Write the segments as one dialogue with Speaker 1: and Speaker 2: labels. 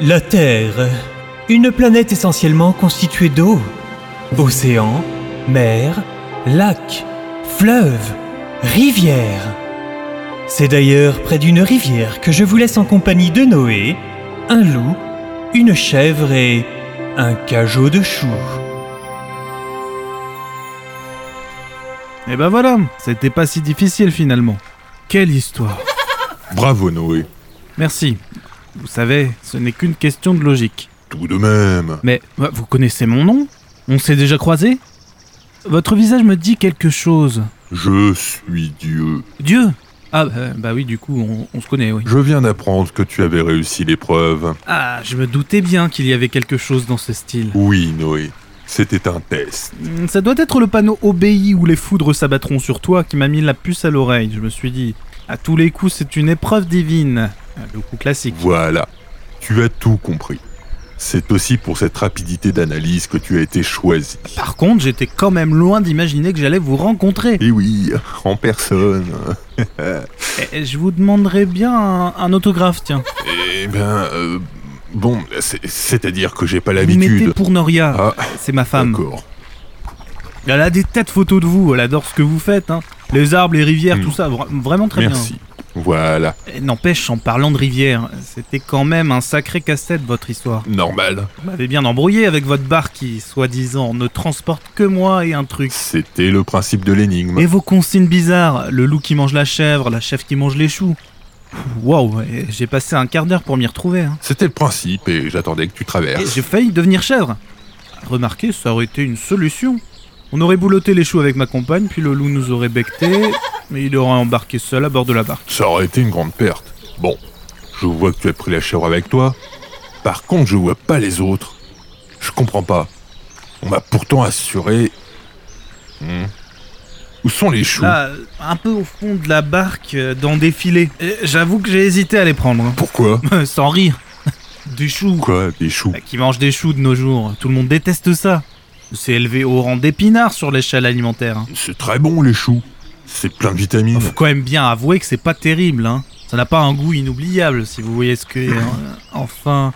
Speaker 1: La Terre, une planète essentiellement constituée d'eau, océans, mers, lacs, fleuves, rivières. C'est d'ailleurs près d'une rivière que je vous laisse en compagnie de Noé, un loup, une chèvre et un cajot de choux.
Speaker 2: Et ben voilà, c'était pas si difficile finalement. Quelle histoire.
Speaker 3: Bravo Noé.
Speaker 2: Merci. Vous savez, ce n'est qu'une question de logique.
Speaker 3: Tout de même.
Speaker 2: Mais bah, vous connaissez mon nom On s'est déjà croisé Votre visage me dit quelque chose.
Speaker 3: Je suis Dieu.
Speaker 2: Dieu Ah bah, bah oui, du coup, on, on se connaît, oui.
Speaker 3: Je viens d'apprendre que tu avais réussi l'épreuve.
Speaker 2: Ah, je me doutais bien qu'il y avait quelque chose dans ce style.
Speaker 3: Oui Noé. C'était un test.
Speaker 2: Hmm, Ça doit être le panneau obéi où les foudres s'abattront sur toi qui m'a mis la puce à l'oreille. Je me suis dit, à tous les coups, c'est une épreuve divine. Euh, Le coup classique.
Speaker 3: Voilà. Tu as tout compris. C'est aussi pour cette rapidité d'analyse que tu as été choisi.
Speaker 2: Par contre, j'étais quand même loin d'imaginer que j'allais vous rencontrer.
Speaker 3: Et Eh oui, en personne.
Speaker 2: Eh, Je vous demanderais bien un, un autographe, tiens.
Speaker 3: Eh ben, euh, bon, c'est- c'est-à-dire que j'ai pas
Speaker 2: Vous mettez
Speaker 3: l'habitude.
Speaker 2: pour Noria,
Speaker 3: Ah,
Speaker 2: c'est ma femme.
Speaker 3: d'accord.
Speaker 2: Elle a des tas de photos de vous, elle adore ce que vous faites. hein. Les arbres, les rivières,
Speaker 3: Mm.
Speaker 2: tout ça, vra- vraiment très
Speaker 3: Merci. Voilà,
Speaker 2: bien. Et N'empêche, en parlant de rivières, c'était quand même un sacré casse-tête votre histoire.
Speaker 3: normal.
Speaker 2: Vous m'avez bien embrouillé avec votre barre qui, soi-disant, ne transporte que moi et un truc.
Speaker 3: C'était le principe de l'énigme.
Speaker 2: Et vos consignes bizarres, le loup qui mange la chèvre, la chèvre qui mange les choux. Waouh, et j'ai passé un quart d'heure pour m'y retrouver. hein.
Speaker 3: C'était le principe et j'attendais que tu
Speaker 2: Et
Speaker 3: traverses.
Speaker 2: j'ai failli devenir chèvre. Remarquez, ça aurait été une solution. On aurait bouloté les choux avec ma compagne, puis le loup nous aurait becté, mais il aurait embarqué seul à bord de la barque.
Speaker 3: Ça aurait été une grande perte. Bon, je vois que tu as pris la chèvre avec toi. Par contre, je vois pas les autres. Je comprends pas. On m'a pourtant assuré. Hmm. Où sont les choux
Speaker 2: Là, un peu au fond de la barque, euh, dans des filets. Et J'avoue que j'ai hésité à les prendre, hein.
Speaker 3: Pourquoi
Speaker 2: sans rire. Des choux.
Speaker 3: Quoi, des choux
Speaker 2: Bah, Qui mange des choux de nos jours, tout le monde déteste ça. C'est élevé au rang d'épinards sur l'échelle alimentaire. hein.
Speaker 3: C'est très bon, les choux. C'est plein de vitamines.
Speaker 2: Faut quand même bien avouer que c'est pas terrible, hein. Ça n'a pas un goût inoubliable, si vous voyez ce que. euh, enfin,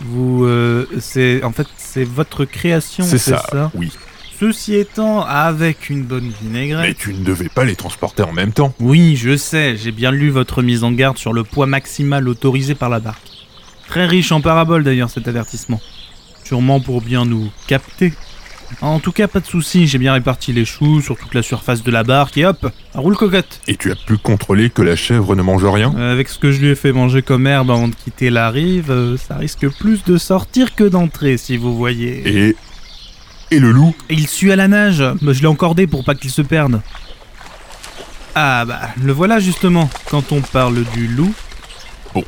Speaker 2: vous. euh, c'est en fait c'est votre création,
Speaker 3: C'est
Speaker 2: c'est
Speaker 3: ça,
Speaker 2: ça.
Speaker 3: oui.
Speaker 2: Ceci étant, avec une bonne vinaigrette.
Speaker 3: Mais tu ne devais pas les transporter en même temps.
Speaker 2: Oui, je sais, j'ai bien lu votre mise en garde sur le poids maximal autorisé par la barque. Très riche en paraboles d'ailleurs cet avertissement. Sûrement pour bien nous capter. En tout cas, pas de souci, j'ai bien réparti les choux sur toute la surface de la barque et hop, roule cocotte.
Speaker 3: Et tu as pu contrôler que la chèvre ne mange rien
Speaker 2: Euh, Avec ce que je lui ai fait manger comme herbe avant de quitter la rive, euh, ça risque plus de sortir que d'entrer, si vous voyez.
Speaker 3: Et. Et le loup
Speaker 2: Il sue à la nage, mais je l'ai encordé pour pas qu'il se perde. Ah bah, le voilà justement, quand on parle du loup.
Speaker 3: Bon.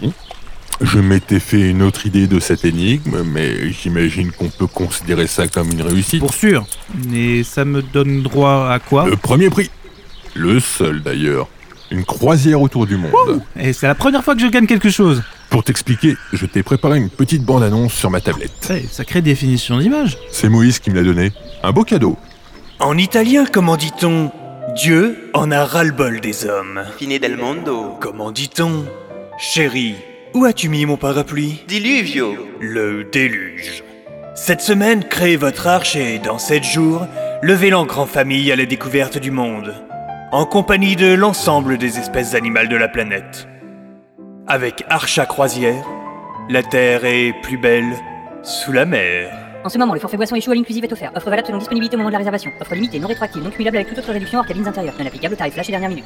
Speaker 3: Je m'étais fait une autre idée de cette énigme, mais j'imagine qu'on peut considérer ça comme une réussite.
Speaker 2: Pour sûr. Et ça me donne droit à quoi
Speaker 3: Le premier prix Le seul d'ailleurs. Une croisière autour du monde.
Speaker 2: Et c'est la première fois que je gagne quelque chose.
Speaker 3: Pour t'expliquer, je t'ai préparé une petite bande-annonce sur ma tablette.
Speaker 2: Eh, sacrée définition d'image.
Speaker 3: C'est Moïse qui me l'a donné. Un beau cadeau.
Speaker 1: En italien, comment dit-on Dieu en a ras-le-bol des hommes.
Speaker 4: Fine del mondo.
Speaker 1: Comment dit-on Chérie, où as-tu mis mon parapluie
Speaker 4: Diluvio.
Speaker 1: Le déluge. Cette semaine, créez votre arche et dans 7 jours, levez l'ancre en famille à la découverte du monde, en compagnie de l'ensemble des espèces animales de la planète. Avec Arche à croisière, la Terre est plus belle sous la mer.
Speaker 5: En ce moment, le forfait boisson et chou à l'inclusive est offert. Offre valable selon disponibilité au moment de la réservation. Offre limitée, non rétroactive, non cumulable avec toute autre réduction hors cabines intérieures. Non applicable au tarif lâché dernière minute.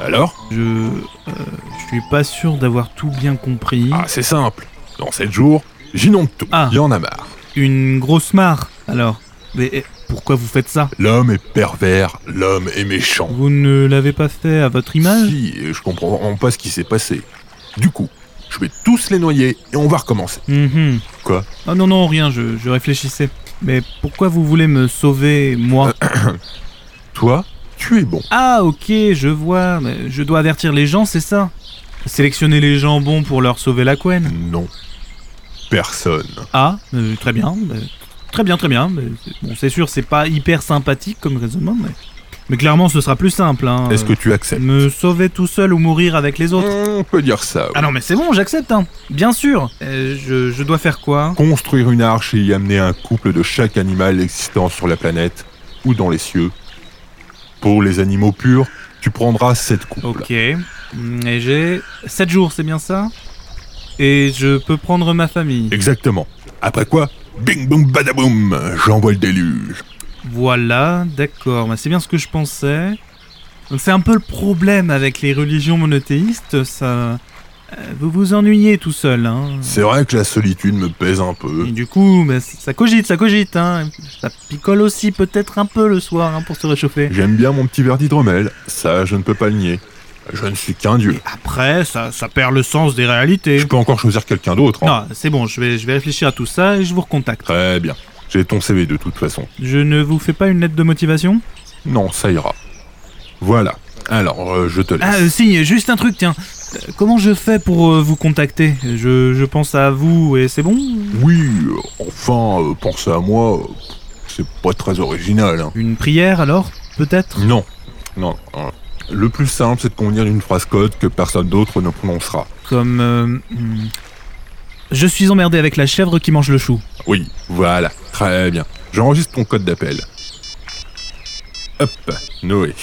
Speaker 3: Alors
Speaker 2: Je. euh, je suis pas sûr d'avoir tout bien compris.
Speaker 3: Ah, c'est simple. Dans 7 jours, j'inonde tout.
Speaker 2: Ah.
Speaker 3: Il y en a marre.
Speaker 2: Une grosse mare, alors. Mais eh, pourquoi vous faites ça
Speaker 3: L'homme est pervers, l'homme est méchant.
Speaker 2: Vous ne l'avez pas fait à votre image
Speaker 3: Si, et je comprends pas ce qui s'est passé. Du coup, je vais tous les noyer et on va recommencer.
Speaker 2: Mhm.
Speaker 3: Quoi
Speaker 2: Ah non, non, rien, je, je réfléchissais. Mais pourquoi vous voulez me sauver, moi
Speaker 3: Euh, Toi, tu es bon.
Speaker 2: Ah, ok, je vois. Mais je dois avertir les gens, c'est ça Sélectionner les gens bons pour leur sauver la couenne
Speaker 3: Non. Personne.
Speaker 2: Ah, euh, très bien. euh, très bien, très bien. mais c'est- Bon, c'est sûr, c'est pas hyper sympathique comme raisonnement, mais... Mais clairement, ce sera plus simple. Hein.
Speaker 3: Est-ce que Euh. tu acceptes
Speaker 2: Me sauver tout seul ou mourir avec les autres
Speaker 3: On peut dire ça. oui.
Speaker 2: Ah non, mais c'est bon, j'accepte, hein. Bien sûr. Euh, je, je dois faire quoi
Speaker 3: Construire une arche et y amener un couple de chaque animal existant sur la planète ou dans les cieux. Pour les animaux purs, tu prendras sept couples.
Speaker 2: Ok. Mm, Et j'ai 7 jours, c'est bien ça Et je peux prendre ma famille.
Speaker 3: Exactement. Après quoi, bing boum badaboum, j'envoie le déluge.
Speaker 2: Voilà, d'accord. Bah, c'est bien ce que je pensais. Donc, C'est un peu le problème avec les religions monothéistes, ça... euh, Vous vous ennuyez tout seul, hein.
Speaker 3: C'est vrai que la solitude me pèse un peu.
Speaker 2: Et du coup, bah, c- ça cogite, ça cogite, hein. Ça picole aussi peut-être un peu le soir, hein, pour se réchauffer.
Speaker 3: J'aime bien mon petit verre d'hydromel, ça je ne peux pas le nier. Je ne suis qu'un dieu.
Speaker 2: Après, ça, ça perd le sens des réalités.
Speaker 3: Je peux encore choisir quelqu'un d'autre. hein.
Speaker 2: Non, c'est bon, je vais, je vais réfléchir à tout ça et je vous recontacte.
Speaker 3: Très bien. J'ai ton CV de toute façon.
Speaker 2: Je ne vous fais pas une lettre de motivation
Speaker 3: Non, ça ira. Voilà. Alors, euh, je te laisse.
Speaker 2: Ah, euh, si, juste un truc, tiens. Euh, Comment je fais pour euh, vous contacter je, je pense à vous et c'est bon
Speaker 3: Oui, euh, enfin, euh, penser à moi, euh, c'est pas très original. hein.
Speaker 2: Une prière alors Peut-être
Speaker 3: Non, non. euh, Le plus simple, c'est de convenir d'une phrase code que personne d'autre ne prononcera.
Speaker 2: Comme. euh, hmm. je suis emmerdé avec la chèvre qui mange le chou.
Speaker 3: Oui, voilà, très bien. J'enregistre ton code d'appel. Hop, Noé.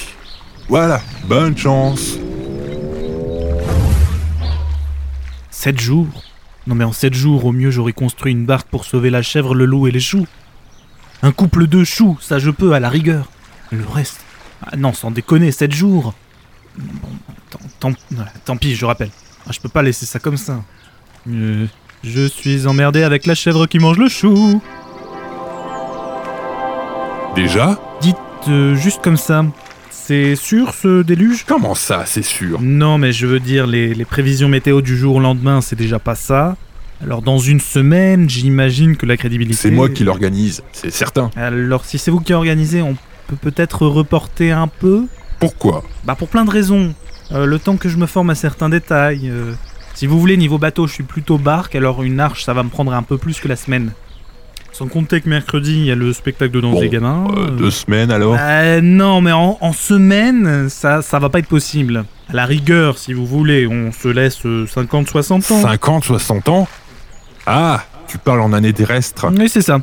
Speaker 3: Voilà, bonne chance.
Speaker 2: 7 jours Non mais en 7 jours, au mieux, j'aurais construit une barque pour sauver la chèvre, le loup et les choux. Un couple de choux, ça je peux, à la rigueur. Le reste... Ah non, sans déconner, 7 jours Bon, tant, tant- ouais, tant pis, je rappelle. Ah, Je peux pas laisser ça comme ça. Euh, je suis emmerdé avec la chèvre qui mange le chou
Speaker 3: Déjà
Speaker 2: Dites euh, juste comme ça. C'est sûr ce déluge
Speaker 3: Comment ça, c'est sûr
Speaker 2: Non, mais je veux dire, les, les prévisions météo du jour au lendemain, c'est déjà pas ça. Alors, dans une semaine, j'imagine que la crédibilité.
Speaker 3: C'est moi qui l'organise, c'est certain.
Speaker 2: Alors, si c'est vous qui organisez, on peut peut-être reporter un peu
Speaker 3: Pourquoi
Speaker 2: Bah, pour plein de raisons. Euh, le temps que je me forme à certains détails. euh, si vous voulez, niveau bateau, je suis plutôt barque, alors une arche, ça va me prendre un peu plus que la semaine. Sans compter que mercredi, il y a le spectacle de danse
Speaker 3: Bon,
Speaker 2: des gamins.
Speaker 3: Euh,
Speaker 2: euh,
Speaker 3: Deux semaines alors
Speaker 2: euh, non, mais en, en semaine, ça, ça va pas être possible. À la rigueur, si vous voulez, on se laisse 50-60 ans.
Speaker 3: 50, 60 ans Ah, tu parles en année terrestre
Speaker 2: Oui, c'est ça.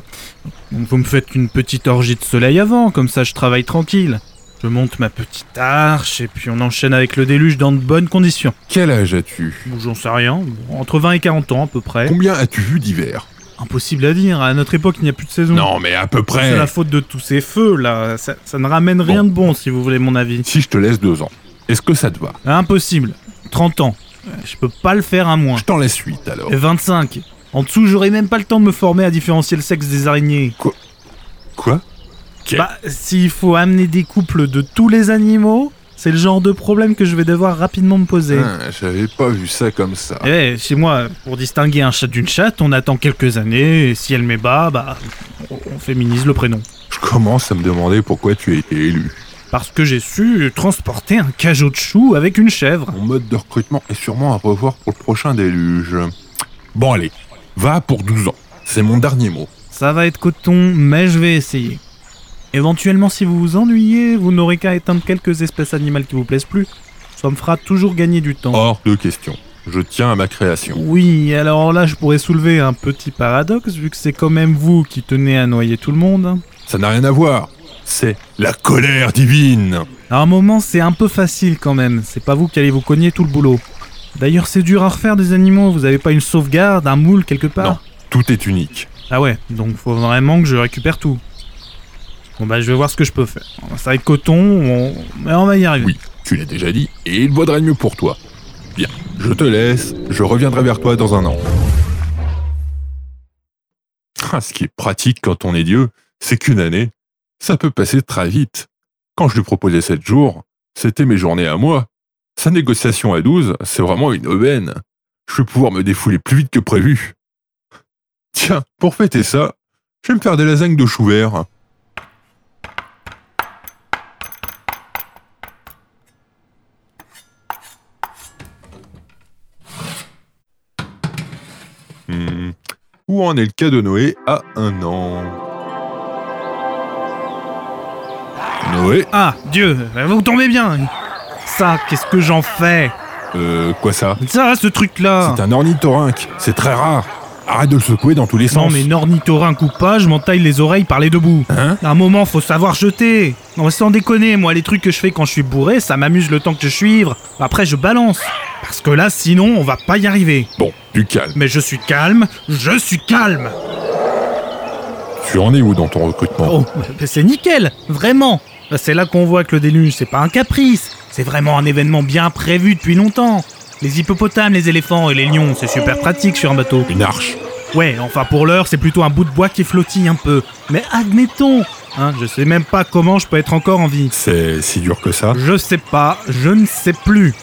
Speaker 2: Donc, vous me faites une petite orgie de soleil avant, comme ça je travaille tranquille. Je monte ma petite arche et puis on enchaîne avec le déluge dans de bonnes conditions.
Speaker 3: Quel âge as-tu
Speaker 2: Bon, J'en sais rien, bon, entre 20 et 40 ans à peu près.
Speaker 3: Combien as-tu vu d'hiver
Speaker 2: Impossible à dire, à notre époque il n'y a plus de saison.
Speaker 3: Non, mais à peu
Speaker 2: Mm. C'est la
Speaker 3: près.
Speaker 2: faute de tous ces feux là, ça, ça ne ramène rien de bon si vous voulez mon avis.
Speaker 3: Si je te laisse deux ans, est-ce que ça te va
Speaker 2: Impossible. 30 ans. Euh, Je peux pas le faire un moins.
Speaker 3: Je t'en laisse huit alors.
Speaker 2: Et 25. En dessous, j'aurais même pas le temps de me former à différencier le sexe des araignées.
Speaker 3: Quoi Ok.
Speaker 2: Bah, s'il faut amener des couples de tous les animaux, c'est le genre de problème que je vais devoir rapidement me poser.
Speaker 3: Ah, J'avais pas vu ça comme ça.
Speaker 2: Eh, chez moi, pour distinguer un chat d'une chatte, on attend quelques années, et si elle met bas, bah, on- on féminise le prénom.
Speaker 3: Je commence à me demander pourquoi tu as été élu.
Speaker 2: Parce que j'ai su transporter un cajot de chou avec une chèvre.
Speaker 3: Mon mode de recrutement est sûrement à revoir pour le prochain déluge. Bon allez, va pour 12 ans. C'est mon dernier mot.
Speaker 2: Ça va être coton, mais je vais essayer. Éventuellement, si vous vous ennuyez, vous n'aurez qu'à éteindre quelques espèces animales qui vous plaisent plus. Ça me fera toujours gagner du temps.
Speaker 3: Hors de question. Je tiens à ma création.
Speaker 2: Oui, alors là, je pourrais soulever un petit paradoxe, vu que c'est quand même vous qui tenez à noyer tout le monde.
Speaker 3: Ça n'a rien à voir. C'est la colère divine.
Speaker 2: À un moment, c'est un peu facile quand même, c'est pas vous qui allez vous cogner tout le boulot. D'ailleurs, c'est dur à refaire des animaux, vous avez pas une sauvegarde, un moule quelque part
Speaker 3: Non, tout est unique.
Speaker 2: Ah ouais, donc faut vraiment que je récupère tout. Bon bah je vais voir ce que je peux faire. Ça va être coton, on... mais on va y arriver.
Speaker 3: Oui, tu l'as déjà dit, et il vaudrait mieux pour toi. Bien, je te laisse, je reviendrai vers toi dans un an. Ah, ce qui est pratique quand on est Dieu, c'est qu'une année, ça peut passer très vite. Quand je lui proposais sept jours, c'était mes journées à moi. Sa négociation à 12, c'est vraiment une aubaine. Je vais pouvoir me défouler plus vite que prévu. Tiens, pour fêter ça, je vais me faire des lasagnes de chou vert. Hmm. Où en est le cas de Noé à un an Noé
Speaker 2: Ah, Dieu, vous tombez bien Ça, qu'est-ce que j'en fais
Speaker 3: Euh, quoi ça
Speaker 2: Ça, ce truc-là
Speaker 3: C'est un ornithorynque, c'est très rare. Arrête de le secouer dans tous les
Speaker 2: Non
Speaker 3: sens.
Speaker 2: mais n'ornithorynque ou pas, je m'entaille les oreilles par les deux bouts.
Speaker 3: Hein
Speaker 2: à un moment, faut savoir jeter. Non, mais sans déconner, moi, les trucs que je fais quand je suis bourré, ça m'amuse le temps que je suis ivre. Après, je balance. Parce que là, sinon, on va pas y arriver.
Speaker 3: Bon, du calme.
Speaker 2: Mais je suis calme, je suis calme
Speaker 3: Tu en es où dans ton recrutement
Speaker 2: Oh, bah, c'est nickel, vraiment. Bah, C'est là qu'on voit que le déluge, c'est pas un caprice. C'est vraiment un événement bien prévu depuis longtemps. Les hippopotames, les éléphants et les lions, c'est super pratique sur un bateau.
Speaker 3: Une arche.
Speaker 2: Ouais, enfin pour l'heure, c'est plutôt un bout de bois qui flottille un peu. Mais admettons, hein, je sais même pas comment je peux être encore en vie.
Speaker 3: C'est si dur que ça
Speaker 2: Je sais pas, je ne sais plus.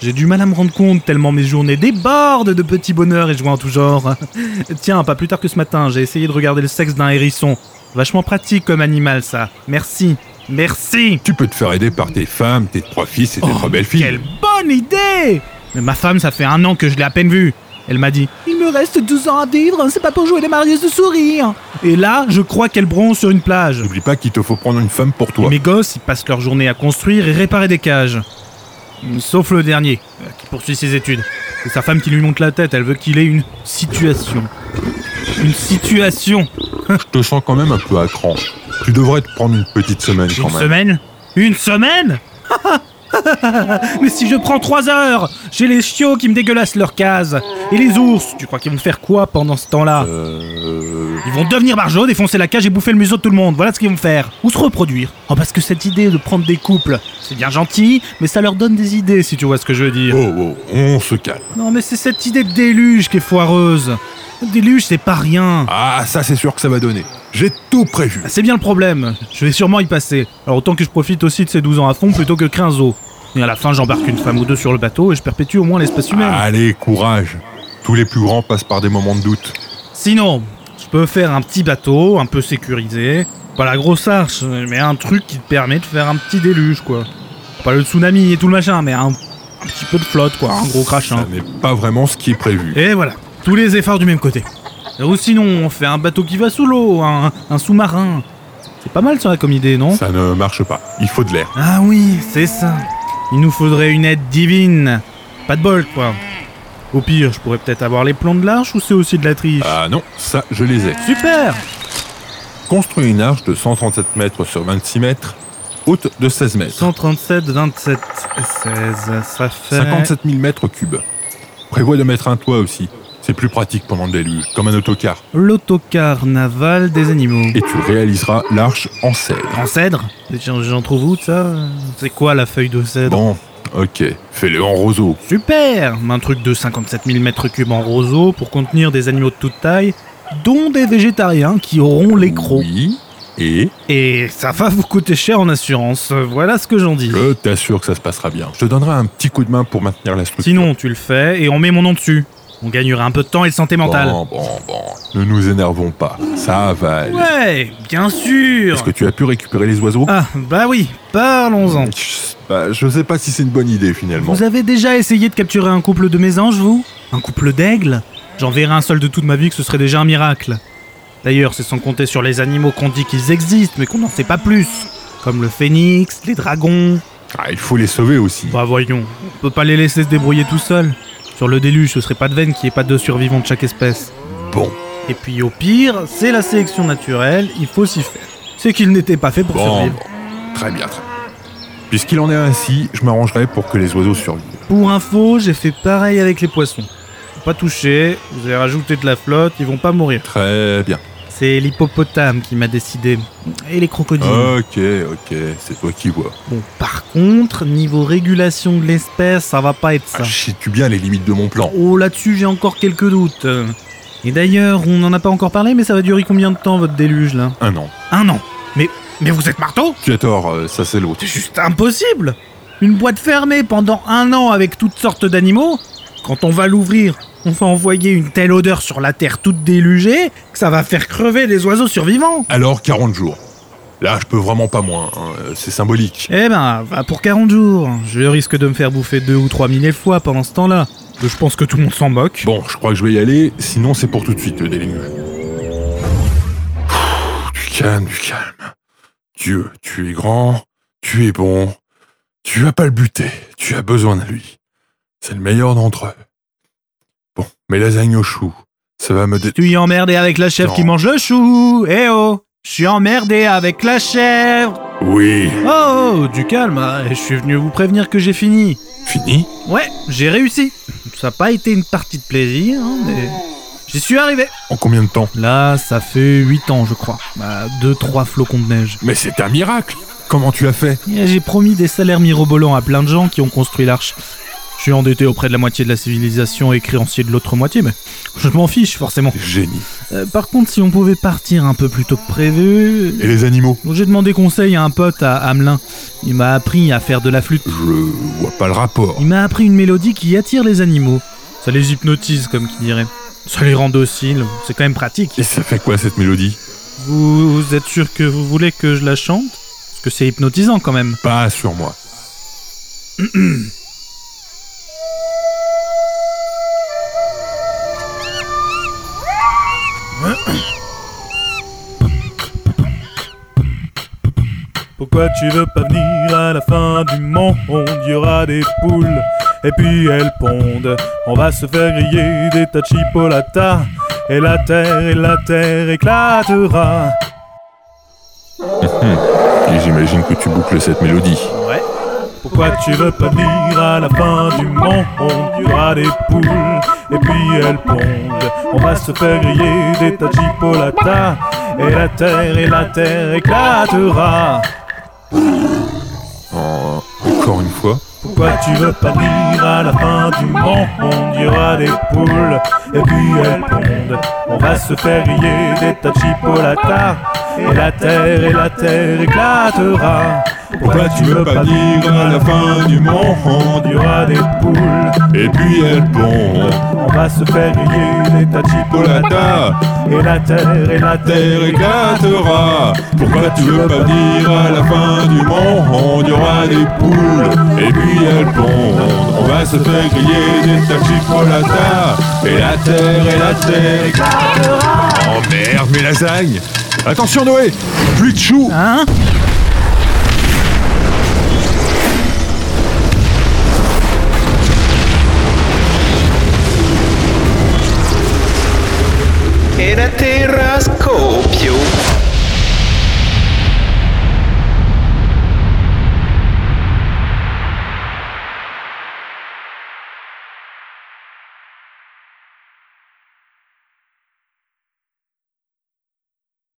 Speaker 2: J'ai du mal à me rendre compte tellement mes journées débordent de petits bonheurs et de joies en tout genre. Tiens, pas plus tard que ce matin, j'ai essayé de regarder le sexe d'un hérisson. Vachement pratique comme animal ça. Merci. Merci.
Speaker 3: Tu peux te faire aider par tes femmes, tes trois fils et tes
Speaker 2: Oh,
Speaker 3: trois belles-filles.
Speaker 2: Quelle bonne idée Mais ma femme, ça fait un an que je l'ai à peine vue. Elle m'a dit Il me reste 12 ans à vivre, hein, c'est pas pour jouer les mariés de sourire. Et là, je crois qu'elle bronze sur une plage.
Speaker 3: N'oublie pas qu'il te faut prendre une femme pour
Speaker 2: Et
Speaker 3: toi.
Speaker 2: mes gosses, ils passent leur journée à construire et réparer des cages. Sauf le dernier, euh, qui poursuit ses études. C'est sa femme qui lui monte la tête, elle veut qu'il ait une situation. Une situation
Speaker 3: Je te sens quand même un peu à cran. Tu devrais te prendre une petite semaine
Speaker 2: Une
Speaker 3: quand même.
Speaker 2: semaine Une semaine Mais si je prends trois heures J'ai les chiots qui me dégueulassent leurs cases. Et les ours, tu crois qu'ils vont faire quoi pendant ce temps-là
Speaker 3: Euh...
Speaker 2: Ils vont devenir barjots, défoncer la cage et bouffer le museau de tout le monde. Voilà ce qu'ils vont faire. Ou se reproduire. Oh, parce que cette idée de prendre des couples, c'est bien gentil, mais ça leur donne des idées, si tu vois ce que je veux dire.
Speaker 3: Oh, oh, on se calme.
Speaker 2: Non, mais c'est cette idée de déluge qui est foireuse. Le déluge, c'est pas rien.
Speaker 3: Ah, ça c'est sûr que ça va donner. J'ai tout prévu.
Speaker 2: Ah, C'est bien le problème. Je vais sûrement y passer. Alors autant que je profite aussi de ces 12 ans à fond plutôt que 15 os. Et à la fin, j'embarque une femme ou deux sur le bateau et je perpétue au moins l'espèce humaine.
Speaker 3: Allez, courage. Tous les plus grands passent par des moments de doute.
Speaker 2: Sinon, je peux faire un petit bateau, un peu sécurisé. Pas la grosse arche, mais un truc qui te permet de faire un petit déluge, quoi. Pas le tsunami et tout le machin, mais un, un petit peu de flotte, quoi. Un gros crachin.
Speaker 3: Ça n'est pas vraiment ce qui est prévu.
Speaker 2: Et voilà, tous les efforts du même côté. Ou sinon, on fait un bateau qui va sous l'eau, un, un sous-marin. C'est pas mal ça comme idée, non
Speaker 3: Ça ne marche pas. Il faut de l'air.
Speaker 2: Ah oui, c'est ça. Il nous faudrait une aide divine. Pas de bol, quoi. Au pire, je pourrais peut-être avoir les plans de l'arche ou c'est aussi de la triche
Speaker 3: Ah non, ça je les ai.
Speaker 2: Super
Speaker 3: Construis une arche de 137 mètres sur 26 mètres, haute de 16 mètres,
Speaker 2: 137, 27, 16, ça fait...
Speaker 3: 57 000 mètres cubes. Prévois de mettre un toit aussi. C'est plus pratique pendant le déluge, comme un autocar.
Speaker 2: L'autocar naval des animaux.
Speaker 3: Et tu réaliseras l'arche en cèdre.
Speaker 2: En cèdre J'en j'en trouve où, ça C'est quoi la feuille de cèdre
Speaker 3: Bon, ok. Fais-le en roseau.
Speaker 2: Super Un truc de 57 000 m3 en roseau pour contenir des animaux de toute taille, dont des végétariens qui auront les crocs.
Speaker 3: Oui. Et
Speaker 2: Et ça va vous coûter cher en assurance, voilà ce que j'en dis.
Speaker 3: je t'assure que ça se passera bien. Je te donnerai un petit coup de main pour maintenir la structure.
Speaker 2: Sinon, tu le fais et on met mon nom dessus. On gagnera un peu de temps et de santé mentale.
Speaker 3: Bon, bon, bon. Ne nous énervons pas. Ça va aller.
Speaker 2: Ouais, bien sûr
Speaker 3: Est-ce que tu as pu récupérer les oiseaux
Speaker 2: Ah, bah oui, parlons-en.
Speaker 3: Je- bah, Je sais pas si c'est une bonne idée finalement.
Speaker 2: Vous avez déjà essayé de capturer un couple de mésanges, vous Un couple d'aigles J'en verrai un seul de toute ma vie que ce serait déjà un miracle. D'ailleurs, c'est sans compter sur les animaux qu'on dit qu'ils existent, mais qu'on n'en sait pas plus. Comme le phénix, les dragons.
Speaker 3: Ah, il faut les sauver aussi.
Speaker 2: Bah voyons, on peut pas les laisser se débrouiller tout seuls. Sur le déluge, ce serait pas de veine qu'il n'y ait pas deux survivants de chaque espèce.
Speaker 3: Bon,
Speaker 2: Et puis au pire, c'est la sélection naturelle, il faut s'y faire. C'est qu'ils n'étaient pas faits pour
Speaker 3: bon,
Speaker 2: survivre.
Speaker 3: bon. Très bien, très bien. Puisqu'il en est ainsi, je m'arrangerai pour que les oiseaux survivent.
Speaker 2: Pour info, j'ai fait pareil avec les poissons. Faut Pas touchés, vous avez rajouté de la flotte, ils vont pas mourir.
Speaker 3: Très bien.
Speaker 2: C'est l'hippopotame qui m'a décidé. Et les crocodiles.
Speaker 3: Ok, ok, c'est toi qui vois.
Speaker 2: Bon, par contre, niveau régulation de l'espèce, ça va pas être ça.
Speaker 3: Ah, je tu bien les limites de mon plan.
Speaker 2: Oh, là-dessus, j'ai encore quelques doutes. Et d'ailleurs, on n'en a pas encore parlé, mais ça va durer combien de temps votre déluge là
Speaker 3: Un an.
Speaker 2: Un an. Mais, mais vous êtes marteau
Speaker 3: Tu as tort, euh, ça c'est l'autre.
Speaker 2: C'est juste impossible Une boîte fermée pendant un an avec toutes sortes d'animaux Quand on va l'ouvrir, on va envoyer une telle odeur sur la terre toute délugée que ça va faire crever les oiseaux survivants
Speaker 3: Alors 40 jours. Là, je peux vraiment pas moins. hein, euh, C'est symbolique.
Speaker 2: Eh ben, va pour 40 jours. Je risque de me faire bouffer deux ou trois mille fois pendant ce temps-là. Je pense que tout le monde s'en moque.
Speaker 3: Bon, je crois que je vais y aller, sinon c'est pour tout de suite le déluge. Pff, Du calme, du calme. Dieu, tu es grand, Tu es bon. Tu vas pas le buter. Tu as besoin de lui. C'est le meilleur d'entre eux. Bon, mes lasagnes au chou. Ça va me dé...
Speaker 2: Tu y emmerdé avec la chèvre qui
Speaker 3: Non.
Speaker 2: mange le chou. Eh oh, je suis emmerdé avec la chèvre.
Speaker 3: Oui.
Speaker 2: Oh, oh, du calme. hein. Je suis venu vous prévenir que j'ai fini.
Speaker 3: Fini
Speaker 2: Ouais, j'ai réussi. Ça n'a pas été une partie de plaisir, hein, mais j'y suis arrivé.
Speaker 3: En combien de temps
Speaker 2: Là, ça fait 8 ans, je crois. Bah, 2-3 flocons de neige.
Speaker 3: Mais c'est un miracle. Comment tu as fait
Speaker 2: Et J'ai promis des salaires mirobolants à plein de gens qui ont construit l'arche. Je suis endetté auprès de la moitié de la civilisation et créancier de l'autre moitié, mais je m'en fiche forcément.
Speaker 3: Génie.
Speaker 2: Euh, par contre, si on pouvait partir un peu plus tôt que prévu...
Speaker 3: Et les animaux
Speaker 2: J'ai demandé conseil à un pote à Hamelin. Il m'a appris à faire de la flûte.
Speaker 3: Je vois pas le rapport.
Speaker 2: Il m'a appris une mélodie qui attire les animaux. Ça les hypnotise, comme qui dirait. Ça les rend dociles, c'est quand même pratique.
Speaker 3: Et ça fait quoi cette mélodie
Speaker 2: Vous, vous êtes sûr que vous voulez que je la chante Parce que c'est hypnotisant quand même.
Speaker 3: Pas sur moi.
Speaker 6: Pourquoi tu veux pas venir à la fin du monde Il y aura des poules et puis elles pondent. On va se faire griller des tas de chipolatas et la terre et la terre éclatera.
Speaker 3: Et j'imagine que tu boucles cette mélodie.
Speaker 6: Pourquoi tu veux pas venir à la fin du monde Il y aura des poules et puis elles pondent. On va se faire griller des tas de chipolatas et la terre et la terre éclatera.
Speaker 3: En- Encore une fois
Speaker 6: Pourquoi tu veux pas venir à la fin du monde Il y aura des poules et puis elles pondent. On va se faire griller des tas de chipolatas et la terre et la terre éclatera. Pourquoi tu veux pas venir à la fin du monde Il y aura des poules,
Speaker 3: Et puis elle pond.
Speaker 6: on va se faire griller des tas de chipolatas
Speaker 3: Polata,
Speaker 6: et la terre et la
Speaker 3: terre
Speaker 6: terre éclatera.
Speaker 3: éclatera. Pourquoi tu veux pas venir à la fin du monde Il y aura des poules et puis elles pondent. On va se faire griller des tachis polata. Et la terre et la terre éclatera. Oh merde, mes lasagnes Attention Noé Plus de choux
Speaker 2: Hein
Speaker 7: E la terra